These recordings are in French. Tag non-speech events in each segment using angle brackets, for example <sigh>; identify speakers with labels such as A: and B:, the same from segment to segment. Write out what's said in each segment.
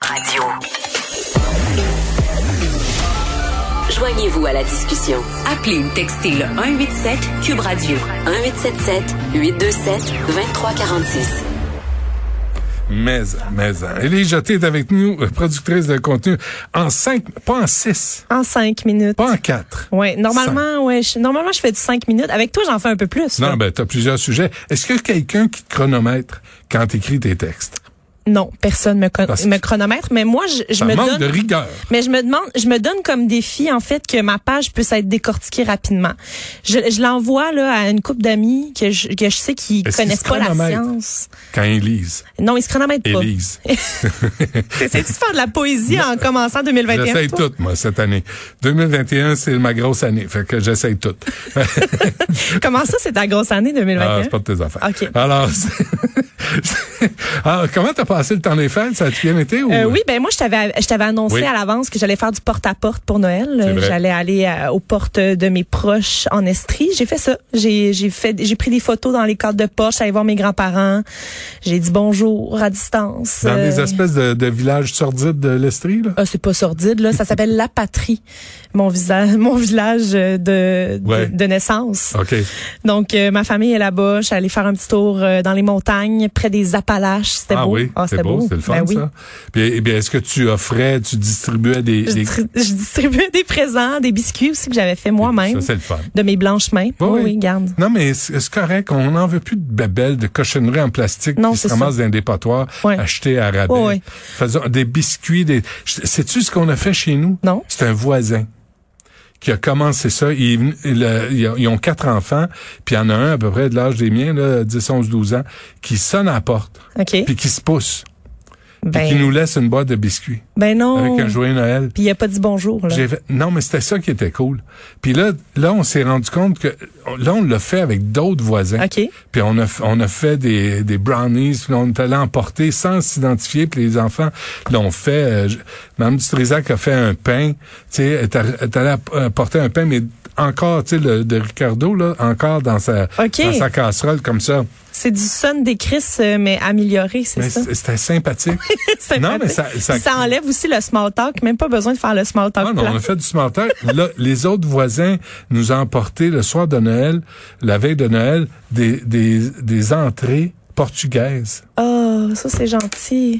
A: Radio. Joignez-vous à la discussion. Appelez ou textez le 187 Cube Radio 1877 827 2346.
B: Mais, mais, Élie Jeté est avec nous, euh, productrice de contenu, en cinq, pas en six,
C: En cinq minutes.
B: pas en quatre.
C: Ouais, normalement, ouais, je, normalement, je fais du cinq minutes. Avec toi, j'en fais un peu plus. là.
B: Non, ben, t'as plusieurs sujets. Est-ce qu'il y a quelqu'un qui te chronomètre quand t'écris tes textes?
C: Non, personne me, con-
B: Parce que-
C: me chronomètre, mais moi, je, je
B: Ça
C: me
B: manque
C: donne.
B: de rigueur.
C: Mais je me demande, je me donne comme défi en fait que ma page puisse être décortiquée rapidement. Je, je l'envoie là à une couple d'amis que je, que je sais qui
B: Est-ce
C: connaissent
B: qu'ils se
C: pas la
B: chronomètrent?
C: science.
B: Quand ils lisent,
C: Non, ils se chronomètrent
B: ils
C: <laughs> pas.
B: lisent.
C: C'est tu de faire de la poésie en commençant 2021.
B: J'essaye
C: toi?
B: tout, moi, cette année. 2021, c'est ma grosse année. Fait que j'essaye tout.
C: <laughs> Comment ça, c'est ta grosse année 2021
B: Ah, c'est pas de tes affaires.
C: OK.
B: Alors, c'est- c'est- <laughs> Alors, comment t'as passé le temps des fêtes? Ça a bien été ou?
C: Euh, oui, ben moi je t'avais je t'avais annoncé
B: Oui.
C: à l'avance que j'allais faire du porte à porte pour Noël.
B: C'est
C: Euh,
B: vrai.
C: J'allais aller euh, aux portes de mes proches en Estrie. J'ai fait ça. J'ai j'ai fait j'ai pris des photos dans les cartes de poche, j'allais voir mes grands-parents. J'ai dit bonjour à distance.
B: Dans des
C: Euh,
B: espèces de, de villages sordides de l'Estrie, là?
C: ah, c'est pas sordide là, ça s'appelle la patrie. Mon visage <laughs> mon village euh, de de,
B: Ouais. Ah.
C: de naissance.
B: OK.
C: Donc euh, ma famille est là-bas, je suis allée faire un petit tour euh, dans les montagnes près des Appalaches, c'était
B: ah
C: beau.
B: oui,
C: Ah,
B: c'est beau, c'est le fun,
C: Ben oui.
B: ça. Puis, eh bien, est-ce que tu offrais, tu distribuais des...
C: Je,
B: des-
C: distri- je distribuais des présents, des biscuits aussi que j'avais fait moi-même.
B: Ça, c'est le fun.
C: De mes blanches mains.
B: Oui,
C: oui,
B: oui.
C: oui, garde.
B: Non, mais c'est c'est correct. On n'en veut plus de babelles, de cochonneries en plastique
C: Non,
B: qui se
C: c'est
B: ramassent dans des dépotoirs
C: Ouais.
B: achetés à rabais.
C: Ouais, ouais.
B: Faisons des biscuits, des... Ch- Sais-tu ce qu'on a fait chez nous?
C: Non.
B: C'est un voisin qui a commencé ça. Il est venu- il a- il a- ils ont quatre enfants, puis il y en a un à peu près de l'âge des miens, là, 10, 11, 12 ans, qui sonne à la porte,
C: OK.
B: puis qui se pousse, puis qui
C: ben,
B: nous laisse une boîte de biscuits
C: ben non.
B: avec un joyeux Noël.
C: Puis il a pas dit bonjour, là.
B: J'ai fait- non, mais c'était ça qui était cool. Puis là, là, on s'est rendu compte que là, on l'a fait avec d'autres voisins.
C: OK.
B: Puis on a, f- on a fait des, des brownies, puis on est allé emporter sans s'identifier, puis les enfants l'ont fait. Euh, je- Mme Dutrisac a fait un pain, tu sais, est ar- est allée app- euh, apporter un pain, mais encore, tu sais, le de Ricardo, là, encore dans sa,
C: OK.
B: dans sa casserole, comme ça.
C: C'est du son des Chris, euh, mais amélioré, c'est
B: Mais
C: ça.
B: c- c'était sympathique.
C: <laughs> C'est
B: non,
C: sympathique.
B: mais ça- ça-
C: Puis enlève aussi le small talk. Même pas besoin de faire le small talk
B: Ah, non,
C: plat.
B: on a fait du small talk. Là, les autres voisins nous ont emporté le soir de Noël, la veille de Noël, des, des, des entrées portugaises.
C: Oh, ça, c'est gentil.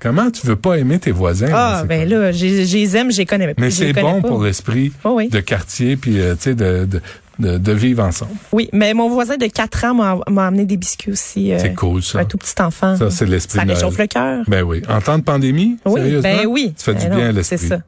B: Comment tu veux pas aimer tes voisins? là,
C: Ah,
B: c'est
C: ben
B: quoi?
C: là, j'ai- j'ai les aime, je les connais
B: Mais
C: je les
B: c'est
C: connais
B: bon
C: pas.
B: pour l'esprit
C: Oui, oui.
B: de quartier, puis euh, tu sais, de, de, de, de vivre ensemble.
C: Oui, mais mon voisin de 4 ans m'a- m'a amené des biscuits aussi. euh,
B: C'est cool, ça.
C: Un tout petit enfant.
B: Ça, c'est l'esprit
C: Ça
B: de Noël.
C: réchauffe le cœur.
B: Ben oui. En temps de pandémie,
C: Oui,
B: sérieusement,
C: ben oui.
B: tu fais du
C: Ben
B: bien
C: non,
B: à l'esprit.
C: C'est ça.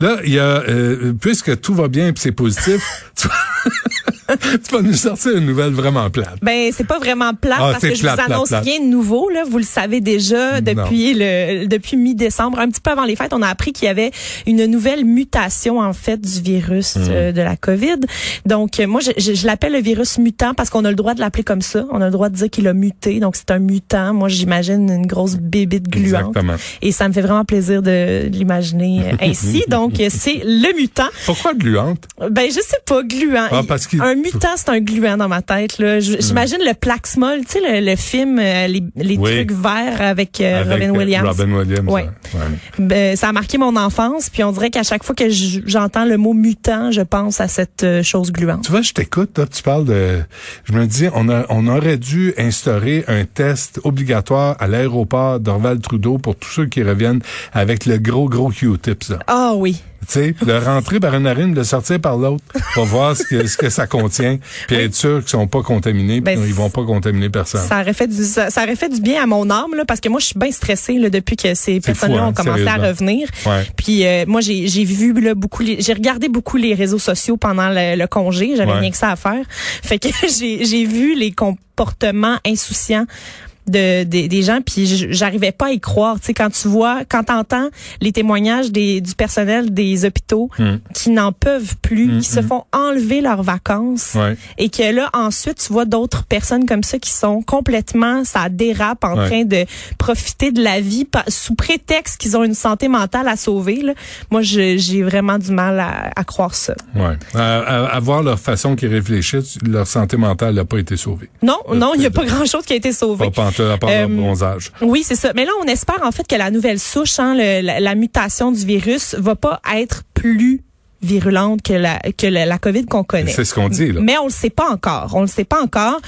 B: Là, il y a, euh, puisque tout va bien et c'est positif, <laughs> tu vas- tu vas nous sortir une nouvelle vraiment plate.
C: Ben, c'est pas vraiment plate
B: Ah,
C: parce
B: c'est
C: que je
B: plate,
C: vous
B: plate,
C: annonce
B: plate.
C: rien de nouveau là, vous le savez déjà depuis le depuis mi-décembre, un petit peu avant les fêtes, on a appris qu'il y avait une nouvelle mutation en fait du virus
B: Hmm.
C: euh, de la Covid. Donc euh, moi je, je- je l'appelle le virus mutant parce qu'on a le droit de l'appeler comme ça, on a le droit de dire qu'il a muté, donc c'est un mutant. Moi j'imagine une grosse bébite gluante.
B: Exactement.
C: Et ça me fait vraiment plaisir de l'imaginer euh,
B: <laughs>
C: ainsi. Donc euh, c'est le mutant.
B: Pourquoi gluante?
C: Ben je sais pas, gluant.
B: Ah, parce qu'il-
C: Un mutant, c'est un gluant dans ma tête. Là.
B: Hum.
C: J- J'imagine le Plaxmol, tu sais, le, le film, euh, les, les
B: Oui.
C: trucs verts avec, euh,
B: Avec,
C: Robin
B: euh,
C: Williams.
B: Robin Williams,
C: Ouais.
B: ouais. Ouais.
C: Ben, ça a marqué mon enfance, puis on dirait qu'à chaque fois que j- j'entends le mot mutant, je pense à cette euh, chose gluante.
B: Tu vois, je t'écoute, là, tu parles de... Je me dis, on, a, on aurait dû instaurer un test obligatoire à l'aéroport d'Orval Trudeau pour tous ceux qui reviennent avec le gros, gros Q-tips. là.
C: Ah oui.
B: Tu sais, le rentrer par une narine, le sortir par l'autre, pour voir ce que, ce que ça contient, puis être sûr qu'ils sont pas contaminés, puis
C: Ben,
B: ils vont pas contaminer personne.
C: Ça aurait fait du ça, ça aurait fait du bien à mon âme là parce que moi je suis bien stressée là, depuis que ces
B: fou,
C: personnes-là
B: hein,
C: ont commencé à
B: sérieusement.
C: revenir.
B: Ouais.
C: Puis euh, moi j'ai j'ai vu là beaucoup les- j'ai regardé beaucoup les réseaux sociaux pendant le, le congé, j'avais
B: Ouais.
C: rien que ça à faire. Fait que <laughs> j'ai j'ai vu les comportements insouciants de, des- des gens puis j- j'arrivais pas à y croire tu sais quand tu vois quand t'entends les témoignages des, du personnel des hôpitaux qui n'en peuvent plus qui se font enlever leurs vacances
B: Ouais.
C: et que là ensuite tu vois d'autres personnes comme ça qui sont complètement ça dérape en
B: Ouais.
C: train de profiter de la vie par- sous prétexte qu'ils ont une santé mentale à sauver là. moi je- j'ai vraiment du mal à, à croire ça
B: Ouais. À, à- à voir leur façon qu'ils réfléchissent, leur santé mentale n'a pas été sauvée.
C: non
B: Euh,
C: non il y a
B: de-
C: pas grand chose qui a été sauvé
B: Pas, pas en contre la
C: Euh,
B: part de bronzage.
C: Oui, c'est ça. Mais là, on espère en fait que la nouvelle souche, hein, le- la, la mutation du virus, va pas être plus virulente que la, que la, la COVID qu'on connaît.
B: C'est ce qu'on dit, là.
C: Mais on le sait pas encore. On le sait pas encore.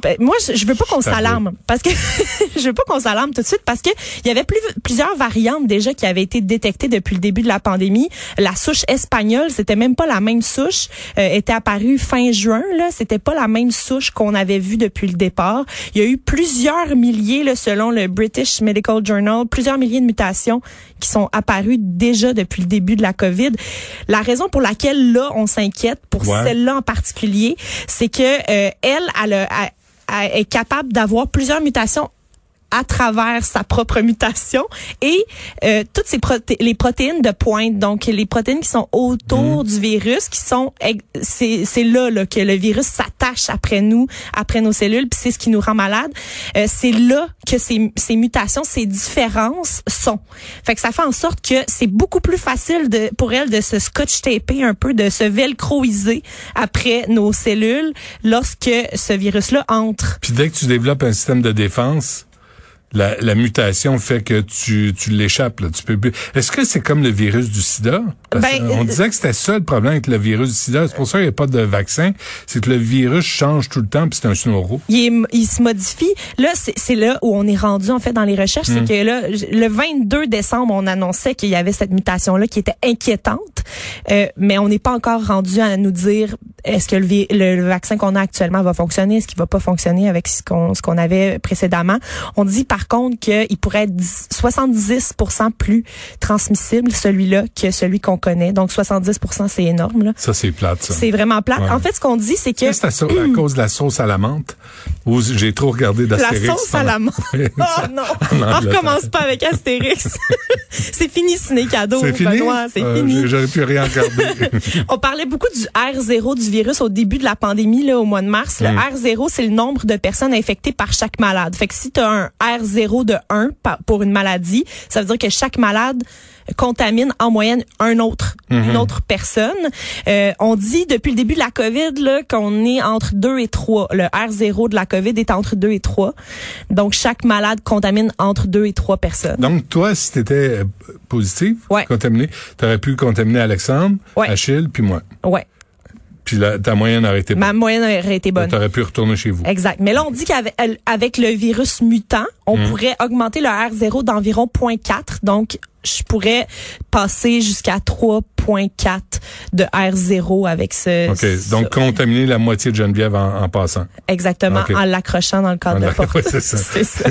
C: Ben, moi, je, je veux pas qu'on
B: Ça
C: s'alarme parce que <laughs> je veux pas qu'on s'alarme tout de suite parce que il y avait plus, plusieurs variantes déjà qui avaient été détectées depuis le début de la pandémie. La souche espagnole, c'était même pas la même souche, euh, était apparue fin juin là, c'était pas la même souche qu'on avait vue depuis le départ. Il y a eu plusieurs milliers là, selon le British Medical Journal, plusieurs milliers de mutations qui sont apparues déjà depuis le début de la Covid. La raison pour laquelle là on s'inquiète pour
B: Ouais.
C: celle là en particulier, c'est que euh, elle, elle, a- elle- elle est capable d'avoir plusieurs mutations à travers sa propre <laughs> mutation et euh, toutes ces proté- les protéines de pointe, donc les protéines qui sont autour du virus, qui sont ex- c'est c'est là, là que le virus s'attache après nous, après nos cellules, puis c'est ce qui nous rend malade. Euh, c'est là que ces, ces mutations, ces différences sont. Fait que ça fait en sorte que c'est beaucoup plus facile de, pour elle de se scotch taper un peu, de se velcroiser après nos cellules lorsque ce virus-là entre.
B: Puis dès que tu développes un système de défense, la, la mutation fait que tu, tu l'échappes. là. Tu peux plus. Est-ce que c'est comme le virus du sida? Parce
C: Ben,
B: que on
C: euh,
B: disait que c'était ça le problème avec le virus du sida. C'est pour ça qu'il n'y a pas de vaccin. C'est que le virus change tout le temps, puis c'est un snoro.
C: il, est- il se modifie. Là, c'est c'est là où on est rendu en fait dans les recherches, c'est que là, j- le 22 décembre, on annonçait qu'il y avait cette mutation là qui était inquiétante, Euh, mais on n'est pas encore rendu à nous dire est-ce que le, vi- le- le vaccin qu'on a actuellement va fonctionner, est-ce qu'il va pas fonctionner avec ce qu'on ce qu'on avait précédemment. On dit par contre qu'il pourrait être 10 70% plus transmissible celui-là que celui qu'on connaît. Donc 70%, c'est énorme là.
B: Ça, c'est plate, ça.
C: C'est vraiment plate.
B: Ouais.
C: En fait, ce qu'on dit, c'est que
B: Est-ce que C'est à, sa- à cause de la sauce à la menthe ou j'ai trop regardé
C: La
B: d'Astérix.
C: sauce à la menthe.
B: <laughs>
C: Oh non, on
B: Angleterre.
C: recommence pas avec Astérix. <laughs> c'est fini ciné cadeau,
B: C'est fini?
C: Benoît, c'est
B: Euh,
C: fini.
B: j'ai- J'aurais pu rien regarder.
C: On parlait beaucoup du R0 du virus au début de la pandémie là au mois de mars. Le R0 c'est le nombre de personnes infectées par chaque malade. Fait que si tu as un R0 de 1 pa- pour une maladie, ça veut dire que chaque malade contamine en moyenne un autre une autre personne. Euh, on dit depuis le début de la Covid là qu'on est entre 2 et 3. Le R0 de la Covid est entre 2 et 3. Donc chaque malade contamine entre 2 et 3 personnes.
B: Donc, toi, si t'étais euh, positive,
C: Ouais.
B: contaminé, t'aurais pu contaminer Alexandre,
C: Ouais.
B: Achille, puis moi.
C: Ouais.
B: Puis la- ta moyenne aurait été
C: Ma moyenne aurait été bonne.
B: T'aurais pu retourner chez vous.
C: Exact. Mais là, on dit qu'avec elle- avec le virus mutant, on
B: Hmm.
C: pourrait augmenter le R0 d'environ 0.4. Donc, je pourrais passer jusqu'à 3.4 de R0 avec ce...
B: OK.
C: ce-
B: Donc, contaminer la moitié de Geneviève en, en passant.
C: Exactement,
B: OK.
C: en l'accrochant dans le cadre
B: En
C: de la
B: l'accro- <laughs>
C: porte. <laughs>
B: c'est ça.
C: ça.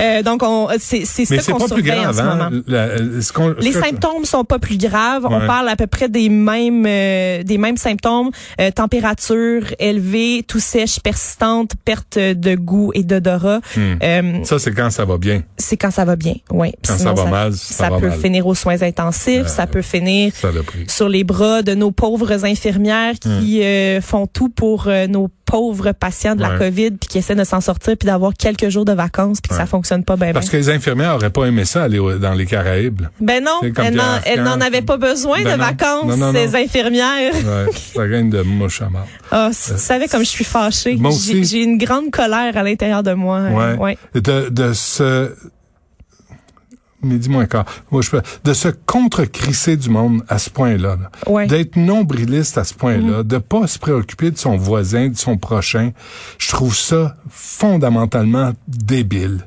C: Euh, donc, on- c'est c'est
B: Mais
C: ça
B: c'est
C: qu'on
B: pas plus
C: surveille en
B: grave,
C: ce moment.
B: hein? La- euh, ce qu'on-
C: Les
B: ce que-
C: symptômes sont pas plus graves.
B: Ouais.
C: On parle à peu près des mêmes euh, des mêmes symptômes Euh, température élevée, toux sèche persistante, perte de goût et d'odorat.
B: Hmm.
C: Euh,
B: Ça, c'est quand ça va bien.
C: c'est quand ça va bien, ouais.
B: Quand ça va mal, ça va
C: peut
B: mal. Euh.
C: finir aux soins intensifs, ça peut finir
B: Ça l'a pris.
C: sur les bras de nos pauvres infirmières qui euh, font tout pour euh, nos pauvres patients de la
B: Hmm. Ouais.
C: Covid puis qui essaient de s'en sortir puis d'avoir quelques jours de vacances puis que ça fonctionne pas bien.
B: Parce que les infirmières auraient pas aimé ça, aller au- dans les Caraïbes.
C: Ben non,
B: C'est comme
C: elle
B: Pierre
C: n'en- elle
B: Arcan.
C: n'en avait pas besoin
B: Ben
C: de
B: non.
C: vacances,
B: Non, non, non.
C: ces infirmières.
B: Ouais, <laughs> ça gagne de mouche à mort.
C: Ah, si tu savais comme je suis fâchée.
B: Moi
C: J'ai
B: aussi.
C: j'ai une grande colère à l'intérieur de moi. Euh,
B: Ouais. De, de ce... Mais dis-moi encore. Moi, je peux... De se contre-crisser du monde à ce point-là. là.
C: Ouais. Mm.
B: D'être nombriliste à ce point-là. De pas se préoccuper de son voisin, de son prochain. Je trouve ça fondamentalement débile.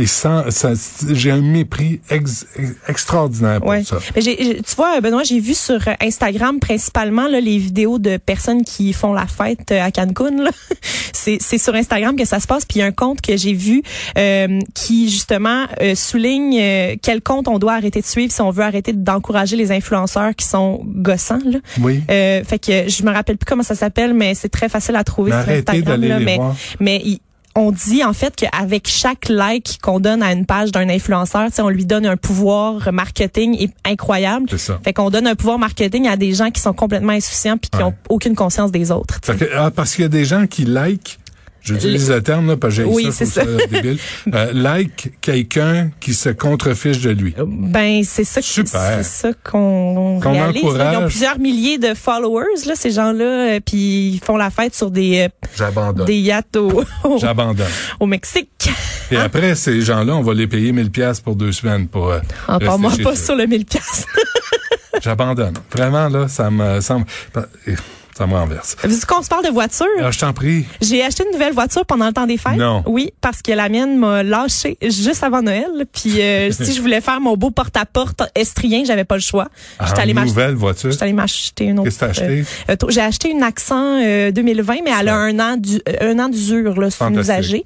B: Et sans, ça- j'ai un mépris ex- ex- extraordinaire pour
C: Ouais.
B: ça.
C: Mais j'ai- j'ai- tu vois, Benoît, j'ai vu sur euh, Instagram principalement là, les vidéos de personnes qui font la fête euh, à Cancun. là. <laughs> C'est c'est sur Instagram que ça se passe. Puis il y a un compte que j'ai vu euh, qui justement euh, souligne euh, quel compte on doit arrêter de suivre si on veut arrêter d'encourager les influenceurs qui sont gossants. Là.
B: Oui.
C: Euh, fait que je me rappelle plus comment ça s'appelle, mais c'est très facile à trouver
B: Mais
C: sur
B: arrêtez
C: Instagram.
B: d'aller
C: là,
B: les
C: mais
B: voir.
C: mais il- on dit en fait qu'avec chaque like qu'on donne à une page d'un influenceur, tu sais, on lui donne un pouvoir marketing et- incroyable.
B: C'est ça.
C: Fait qu'on donne un pouvoir marketing à des gens qui sont complètement insouciants puis qui
B: Ouais.
C: ont aucune conscience des autres. tu sais.
B: Fait que- ah, parce qu'il y a des gens qui like J'utilise le terme, là, parce que j'ai
C: Oui,
B: ça, je
C: c'est
B: trouve ça débile. Euh, like quelqu'un qui se contrefiche de lui.
C: Ben, c'est ça que-
B: Super.
C: c'est ça qu'on
B: Qu'on
C: réalise. là. Ils ont
B: encourage.
C: plusieurs milliers de followers, là, ces gens-là, euh, puis ils font la fête sur des, euh,
B: J'abandonne.
C: des yachts au, <laughs> au,
B: J'abandonne.
C: au Mexique.
B: Et après, ces gens-là, on va les payer 1000 pièces pour deux semaines pour euh,
C: Encore moi
B: rester chez
C: Ah, pas
B: eux.
C: sur le 1000 piastres.
B: J'abandonne. Vraiment, là, ça me semble... Ça me renverse.
C: Vu qu'on se parle de voiture,
B: Alors, je t'en prie.
C: j'ai acheté une nouvelle voiture pendant le temps des fêtes.
B: Non.
C: Oui, parce que la mienne m'a lâché juste avant Noël.
B: <laughs>
C: Puis euh, si je voulais faire mon beau porte-à-porte estrien, j'avais pas le choix. J'étais
B: En
C: allée m'acheter.
B: Ah, nouvelle voiture.
C: J'étais allée m'acheter une autre.
B: Qu'est-ce que t'as acheté?
C: euh, auto. J'ai acheté une Accent euh, 2020, mais elle a un an du, euh, un an d'usure là, sur une
B: Fantastique.
C: usagée.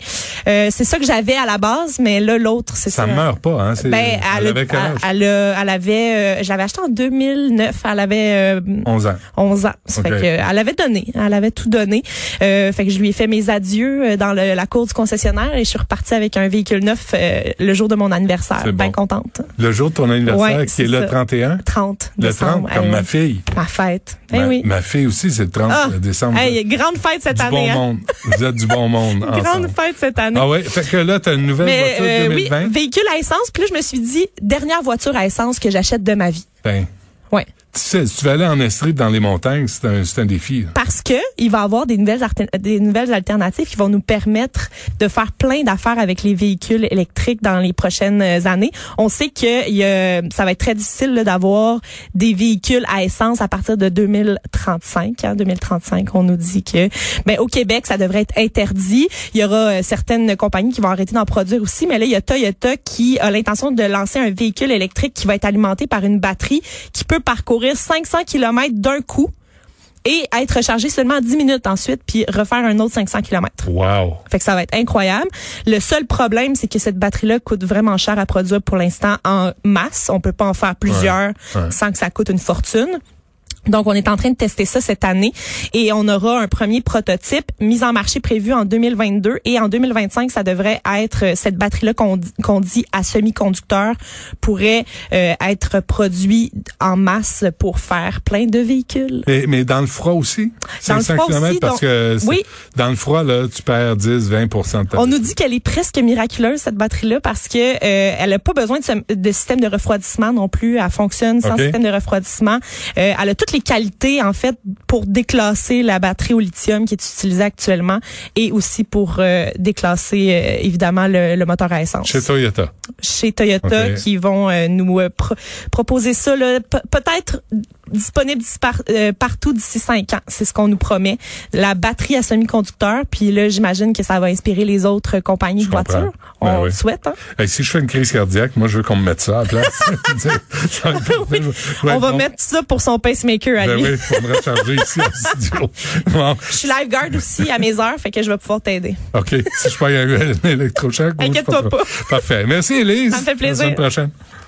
C: Euh, c'est ça que j'avais à la base, mais là l'autre, c'est
B: Ça
C: ça.
B: ne meurt pas, hein? c'est-
C: Ben, elle,
B: elle
C: a-
B: avait quel âge?
C: elle, elle a- elle avait, euh, je l'avais acheté en 2009. Elle avait euh,
B: 11 ans.
C: 11 ans. Ça
B: Ok.
C: Fait que, euh, elle avait donné, elle avait tout donné. Euh, fait que je lui ai fait mes adieux euh, dans le- la cour du concessionnaire et je suis repartie avec un véhicule neuf euh, le jour de mon anniversaire.
B: C'est
C: Bien
B: bon.
C: contente.
B: Le jour de ton anniversaire,
C: Ouais,
B: qui
C: c'est
B: est le
C: ça.
B: 31,
C: 30
B: le 30,
C: décembre.
B: comme
C: Hey,
B: ma fille.
C: Ma fête. Eh
B: Ma,
C: oui.
B: ma fille aussi, c'est le 30
C: Ah!
B: décembre.
C: Hey, grande fête cette
B: du
C: année.
B: bon
C: hein.
B: monde. Vous êtes du bon
C: <laughs>
B: monde.
C: Grande
B: ensemble.
C: fête cette année.
B: Ah ouais, fait que là, t'as une nouvelle
C: Mais
B: voiture
C: euh, oui,
B: 2020.
C: véhicule à essence. Puis là, je me suis dit, dernière voiture à essence que j'achète de ma vie.
B: Ben,
C: Ouais.
B: tu sais, si tu vas aller en Estrie dans les montagnes, c'est un, c'est un défi.
C: parce que il va y avoir des nouvelles alter- des nouvelles alternatives qui vont nous permettre de faire plein d'affaires avec les véhicules électriques dans les prochaines euh, années. On sait que il y a- ça va être très difficile là, d'avoir des véhicules à essence à partir de 2035. En 2035, on nous dit que ben au Québec ça devrait être interdit. Il y aura euh, certaines compagnies qui vont arrêter d'en produire aussi, mais là il y a Toyota qui a l'intention de lancer un véhicule électrique qui va être alimenté par une batterie qui peut parcourir 500 km d'un coup et être rechargé seulement 10 minutes ensuite, puis refaire un autre 500 km.
B: Wow.
C: Fait que ça va être incroyable. Le seul problème, c'est que cette batterie-là coûte vraiment cher à produire pour l'instant en masse. On peut pas en faire plusieurs
B: ouais.
C: sans que ça coûte une fortune. Donc, on est en train de tester ça cette année et on aura un premier prototype mis en marché prévu en 2022 et en 2025, ça devrait être euh, cette batterie-là qu'on dit- qu'on dit à semi-conducteur pourrait euh, être produit en masse pour faire plein de véhicules.
B: Mais, mais dans le froid aussi?
C: Dans le
B: 500
C: froid
B: kilomètres,
C: aussi,
B: parce
C: donc-
B: que c'est-
C: Oui.
B: dans le froid, là, tu perds 10, 20 de ta
C: On nous dit qu'elle est presque miraculeuse cette batterie là parce que euh, elle a pas besoin de, sym- de système de refroidissement non plus, elle fonctionne sans
B: Ok.
C: système de refroidissement. Euh, elle a toutes les qualités en fait pour déclasser la batterie au lithium qui est utilisée actuellement et aussi pour euh, déclasser euh, évidemment le, le moteur à essence.
B: Chez Toyota.
C: Chez Toyota
B: Ok.
C: qui vont euh, nous euh, pro- proposer ça là, pe- peut-être disponible d'ici par- euh, partout d'ici cinq ans, c'est ce qu'on nous promet. La batterie à semi-conducteur, puis là j'imagine que ça va inspirer les autres euh, compagnies
B: Je
C: de voitures.
B: comprends. Ben
C: On
B: oui.
C: le souhaite. hein.
B: Hey, si je fais une crise cardiaque, moi, je veux qu'on me mette ça à la
C: <laughs>
B: place. <laughs> Ça va être-
C: Oui.
B: ouais,
C: On va
B: bon.
C: mettre ça pour son pacemaker à
B: Ben
C: lui.
B: oui, faut me recharger ici en studio. Bon,
C: Je suis lifeguard aussi à mes heures, fait que je vais pouvoir t'aider.
B: OK. Si je paye un électrochoc, moi, je suis
C: Inquiète-toi
B: Parfait. Merci, Élise.
C: Ça me fait
B: À la semaine
C: plaisir.
B: prochaine.